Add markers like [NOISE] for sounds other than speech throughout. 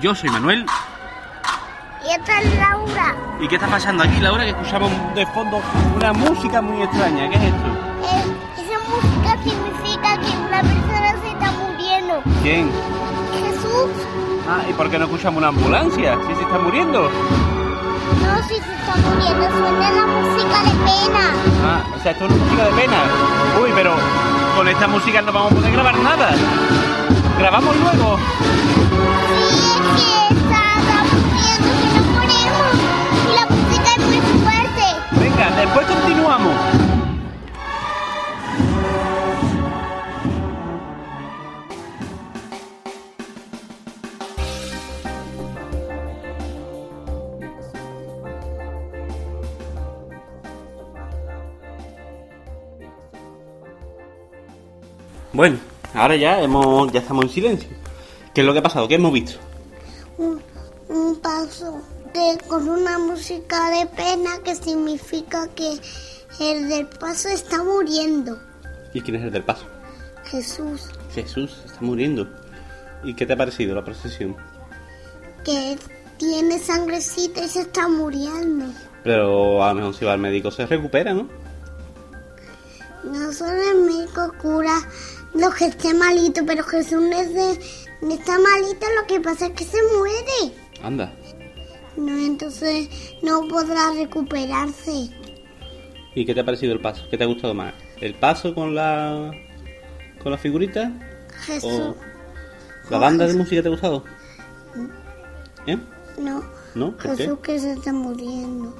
Yo soy Manuel. Y esta es Laura. ¿Y qué está pasando aquí, Laura? Que escuchamos de fondo una música muy extraña. ¿Qué es esto? Eh, esa música significa que una persona se está muriendo. ¿Quién? Jesús, Ah, ¿y por qué no escuchamos una ambulancia? Si se está muriendo. no si se está muriendo, suena la música de pena. Ah, o sea, esto es una música de pena. Uy, pero con esta música no vamos a poder grabar nada. Grabamos luego. Sí, es que está está muriendo, que nos morimos. Y la música es muy fuerte. Venga, después continuamos. Bueno, ahora ya hemos, ya estamos en silencio. ¿Qué es lo que ha pasado? ¿Qué hemos visto? Un, un paso de, con una música de pena que significa que el del paso está muriendo. ¿Y quién es el del paso? Jesús, Jesús está muriendo. ¿Y qué te ha parecido la procesión? que tiene sangrecita y se está muriendo. Pero a lo mejor si va al médico se recupera, ¿no? No solo el médico cura los que estén malitos, pero Jesús no, es de- no está malito, lo que pasa es que se muere. Anda. No, entonces no podrá recuperarse. ¿Y qué te ha parecido el paso? ¿Qué te ha gustado más? ¿El paso con la con la figurita? Oh. Jesús, ¿La banda de música te ha gustado? ¿Eh? no. ¿No? ¿Por qué? Jesús que se está muriendo.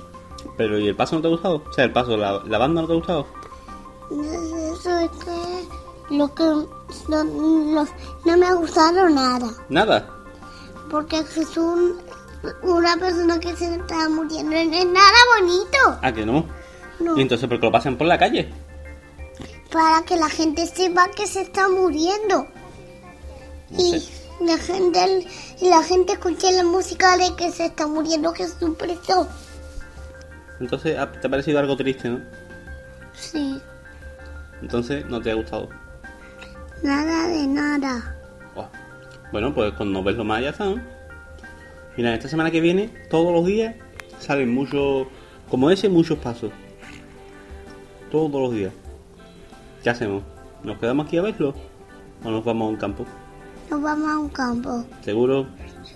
Pero ¿y el paso no te ha gustado? O sea, el paso, la, la banda no te ha gustado. Entonces, eso es que lo que lo- lo- no me ha gustado nada. Nada. Porque Jesús, una persona que se está muriendo, no es nada bonito. Ah, que no. No. ¿Y entonces por qué lo pasan por la calle? para que la gente sepa que se está muriendo. Y la gente, y la gente escuche la música de que se está muriendo Jesús preso. Entonces ah, te ha parecido algo triste, ¿no? Sí, Entonces no te ha gustado. nada de nada. Oh. Bueno, pues cuando ves lo más ya está, ¿no? Mira, esta semana que viene, todos los días, salen muchos, como ese, muchos pasos. Todos los días. ¿Qué hacemos? ¿Nos quedamos aquí a verlo? ¿O nos vamos a un campo? Nos vamos a un campo, ¿Seguro?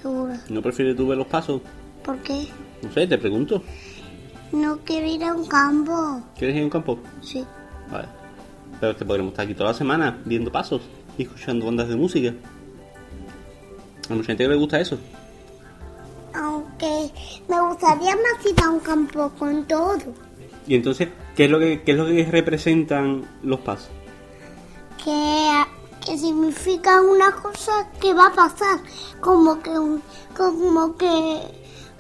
seguro. ¿No prefieres tú ver los pasos? ¿Por qué? No sé, te pregunto. No quiero ir a un campo. ¿Quieres ir a un campo? Sí, Vale. Pero es que podremos estar aquí toda la semana viendo pasos y escuchando bandas de música. A mucha gente que le gusta eso. aunque me gustaría más ir a un campo con todo. Y entonces, ¿qué es lo que, qué es lo que representan los pasos? que, que significa una cosa que va a pasar, como que un- como que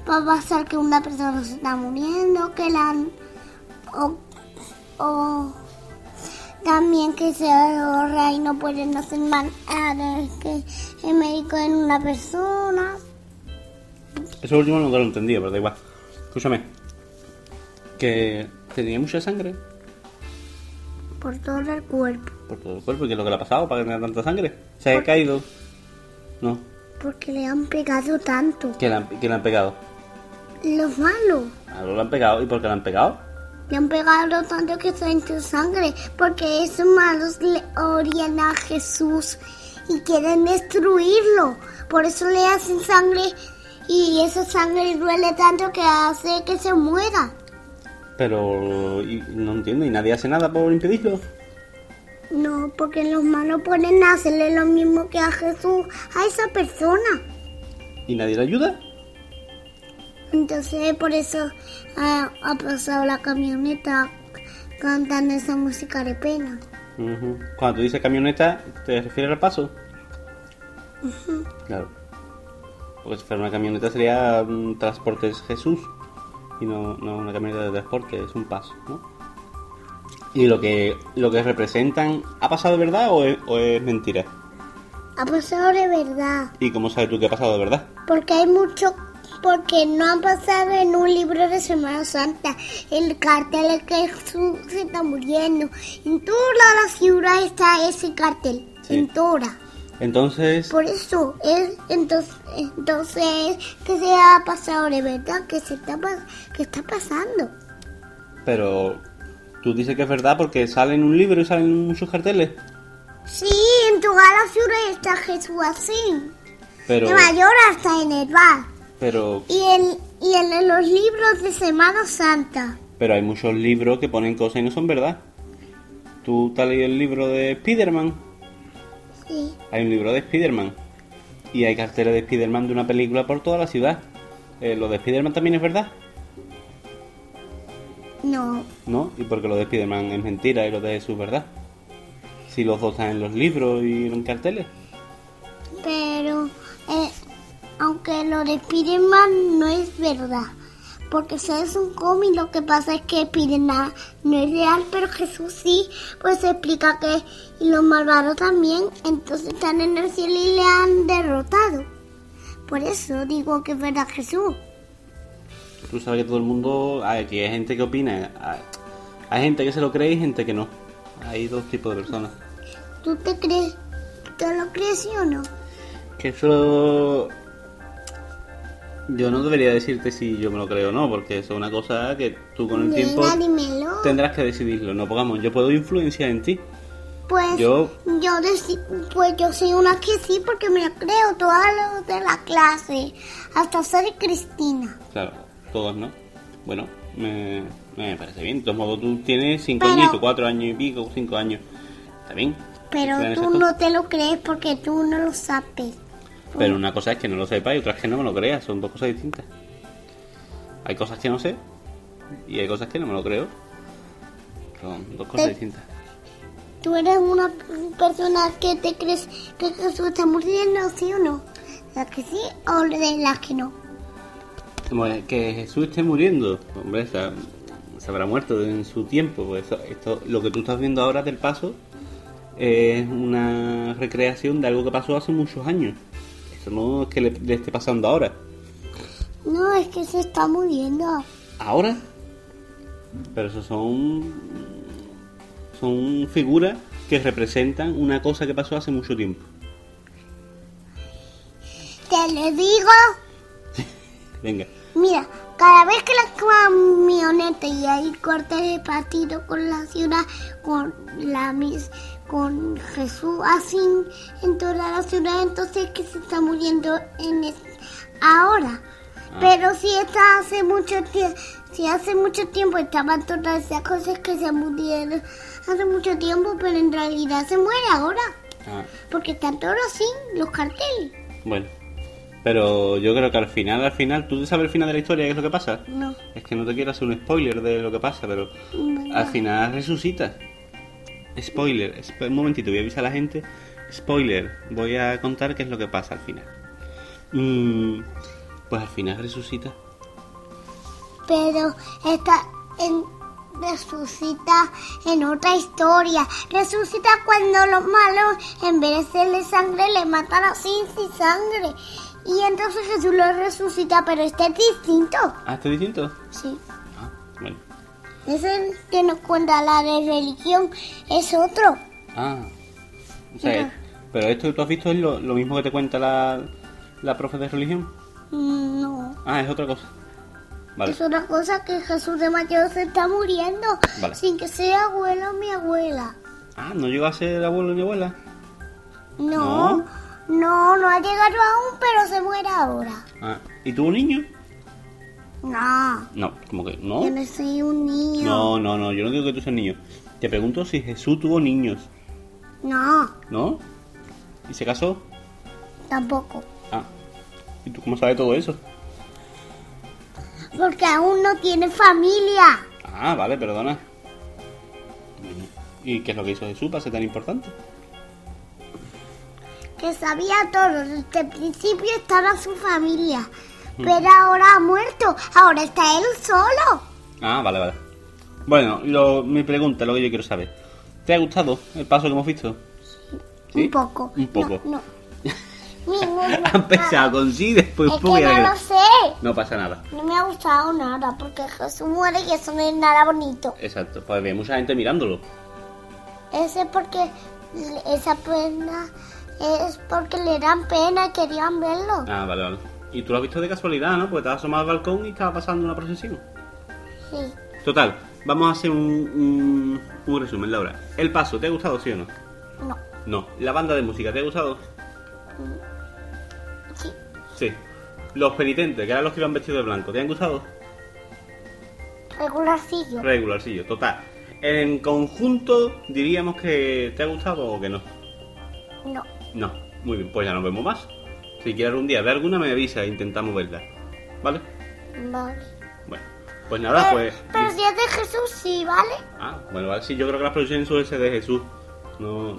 va a pasar que una persona se está muriendo, que la o, o también que se ahorra y no pueden hacer mal eh, que el médico en una persona. Eso último no lo entendía, pero da igual. Escúchame. Que tenía mucha sangre Por todo el cuerpo, por todo el cuerpo. ¿Y qué es lo que le ha pasado para que tenga tanta sangre? ¿Se ha caído? No. porque le han pegado tanto. ¿Que le han, que le han pegado? Los malos. Algo le han pegado. ¿Y por qué le han pegado? Le han pegado tanto que está en tu sangre, porque esos malos le orían a Jesús y quieren destruirlo. Por eso le hacen sangre y esa sangre duele tanto que hace que se muera. Pero y- no entiendo. ¿Y nadie hace nada por impedirlo? No, porque los malos pueden hacerle lo mismo que a Jesús, a esa persona. ¿Y nadie le ayuda? Entonces por eso ah, ha pasado la camioneta cantando esa música de pena. Ujú. Cuando tú dices camioneta, ¿te refieres al paso? Claro. Porque si fuera una camioneta sería mm, Transportes Jesús y no, no una camioneta de transporte, es un paso, ¿no? ¿Y lo que, lo que representan ha pasado de verdad o es, o es mentira? Ha pasado de verdad. ¿Y cómo sabes tú que ha pasado de verdad? Porque hay mucho, porque no han pasado en un libro de Semana Santa. El cartel es que Jesús se está muriendo. En toda la ciudad está ese cartel. Sí. En toda. Entonces, Por eso es entonces, entonces que se ha pasado de verdad, que se está pas- que está pasando. pero tú dices que es verdad porque sale en un libro y salen muchos carteles. Sí, en toda la ciudad está Jesús así. Pero, De mayor hasta en el bar. pero, Y en, y en los libros de Semana Santa. pero hay muchos libros que ponen cosas y no son verdad. Tú te has leído el libro de Spider-Man. Sí. Hay un libro de Spider-Man. Y hay carteles de Spider-Man de una película por toda la ciudad. Eh, lo de Spider-Man también es verdad, No. ¿no? Y porque lo de Spider-Man es mentira y lo de Jesús es verdad. Si los dos están en los libros y en carteles. Pero eh, aunque lo de Spiderman no es verdad. Porque eso es un cómic, lo que pasa es que Spiderman no es real, pero Jesús sí, pues explica que y los malvados también, entonces están en el cielo y le han derrotado. Por eso digo que es verdad Jesús. Tú sabes que todo el mundo. ah, Aquí hay gente que opina. ah, Hay gente que se lo cree y gente que no. Hay dos tipos de personas. ¿Tú te crees? ¿Te lo crees sí o no? Que eso. Yo no debería decirte si yo me lo creo o no, porque eso es una cosa que tú con el Nena, tiempo dímelo. tendrás que decidirlo. No pongamos, yo puedo influenciar en ti. Pues Yo- yo, deci- pues yo soy una que sí porque me lo creo todas las de la clase, hasta ser Cristina. Claro, todos no. Bueno, me, me parece bien. De todos modos, tú tienes cinco Pero- añitos, cuatro años y pico, cinco años. Está bien. Claro, Pero [LAUGHS] tú exacto. no te lo crees porque tú no lo sabes. Pero una cosa es que no lo sepa y otra es que no me lo crea, son dos cosas distintas. Hay cosas que no sé y hay cosas que no me lo creo. Son dos cosas Te- distintas. Tú eres una persona que te crees que Jesús está muriendo, ¿sí o no? ¿La que sí o de la que no? Como es Que Jesús esté muriendo, hombre, está- se habrá muerto en su tiempo. pues eso- esto, lo que tú estás viendo ahora del paso es una recreación de algo que pasó hace muchos años. Eso no es que le- le esté pasando ahora. No, es que se está muriendo. ¿Ahora? Pero eso son. Son figuras que representan una cosa que pasó hace mucho tiempo. Te lo digo Venga. Mira, cada vez que la camioneta y hay cortes de partido con la ciudad, con la mis, con Jesús así en toda la ciudad, entonces que se está muriendo en es- ahora. Ah. Pero si está hace mucho tiempo, si hace mucho tiempo estaban todas esas cosas que se murieron hace mucho tiempo, pero en realidad se muere ahora, Ah, porque están todos así los carteles. bueno. Pero yo creo que al final, al final, tú sabes el final de la historia, ¿qué es lo que pasa? No. Es que no te quiero hacer un spoiler de lo que pasa, pero al final resucita. Spoiler, esp- un momentito, voy a avisar a la gente. Spoiler, voy a contar qué es lo que pasa al final. Mm, pues al final resucita. pero está en, resucita en otra historia. Resucita cuando los malos, en vez de hacerle sangre, le matan así sin sangre. Y entonces Jesús lo resucita, pero este es distinto. Ah, ¿está distinto? Sí. Ah, bueno. Ese que nos cuenta la de religión es otro. Ah, o sea, Mira. pero esto que tú has visto es lo, lo mismo que te cuenta la, la profe de religión. Mm, No. Ah, es otra cosa. Vale, Es una cosa que Jesús de mayor se está muriendo Vale. sin que sea abuelo o mi abuela. ah, no llegó a ser abuelo ni abuela. No, ¿No? no, no, ha llegado aún, pero se muere ahora. Ah, ¿y tuvo niño? No, No, como que yo no. no soy un niño. No, no, no, yo no digo que tú seas niño. Te pregunto si Jesús tuvo niños, No, ¿no? ¿Y se casó? tampoco. Ah, ¿y tú cómo sabes todo eso? Porque aún no tiene familia. Ah, vale, perdona. Bueno, ¿Y qué es lo que hizo Jesús para ser tan importante? Que sabía todo. Desde el principio estaba su familia. Mm. Pero ahora ha muerto. Ahora está él solo. Ah, vale, vale. Bueno, lo- mi pregunta, lo que yo quiero saber. ¿Te ha gustado el paso que hemos visto? [LAUGHS] ¿Sí? Un poco. Un poco. [LAUGHS] No. no. Ningún- Ha empezado con sí, después Es que pum, y ahora no lo pues, que- sé. No pasa nada. No me ha gustado nada porque Jesús muere y eso no es nada bonito. Exacto. Pues había mucha gente mirándolo. Ese porque esa pena es porque le dan pena, querían verlo. Ah, vale, vale. Y tú lo has visto de casualidad, ¿no? Porque te has asomado al balcón y estaba pasando una procesión. Sí, Total, vamos a hacer un, un, un resumen, Laura. El paso, ¿te ha gustado, sí o no? no, No. ¿La banda de música, te ha gustado? sí, Sí. Los penitentes, que eran los que iban vestidos de blanco, ¿te han gustado? regularcillo. Regularcillo, total. En conjunto diríamos que te ha gustado o que no. No, No, muy bien, pues ya nos vemos más. Si quieres un día ver alguna, me avisa e intentamos verla. ¿Vale? vale. Bueno, pues nada, pero, pues. pero si es de Jesús, sí, ¿vale? Ah, bueno, vale, sí, yo creo que las producciones suelen ser de Jesús. No,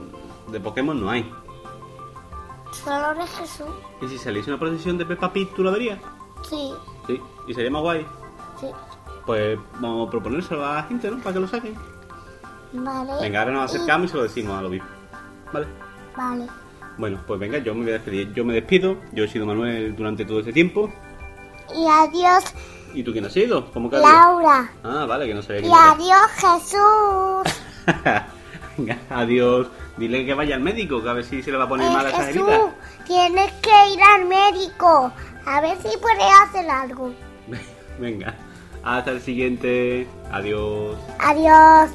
de Pokémon no hay. Solo de Jesús. ¿Y si saliese una producción de Peppa Pig, tú la verías? Sí, Sí, y sería más guay. sí, Pues vamos a proponérselo a la gente, ¿no? Para que lo saquen. vale. Venga, ahora nos acercamos y se lo decimos a los VIP. Vale. Y- Vale. Bueno, pues venga, yo me voy a despedir. Yo me despido. Yo he sido Manuel durante todo este tiempo. Y adiós, ¿Y tú quién has sido? ¿Cómo que adiós? Laura. Ah, vale, que no sabía Y quién era. adiós, Jesús. [LAUGHS] Venga, adiós. Dile que vaya al médico, que a ver si se le va a poner Eh, mal a esa Jesús, herida. tienes que ir al médico. A ver si puedes hacer algo. [LAUGHS] Venga, hasta el siguiente. Adiós. Adiós.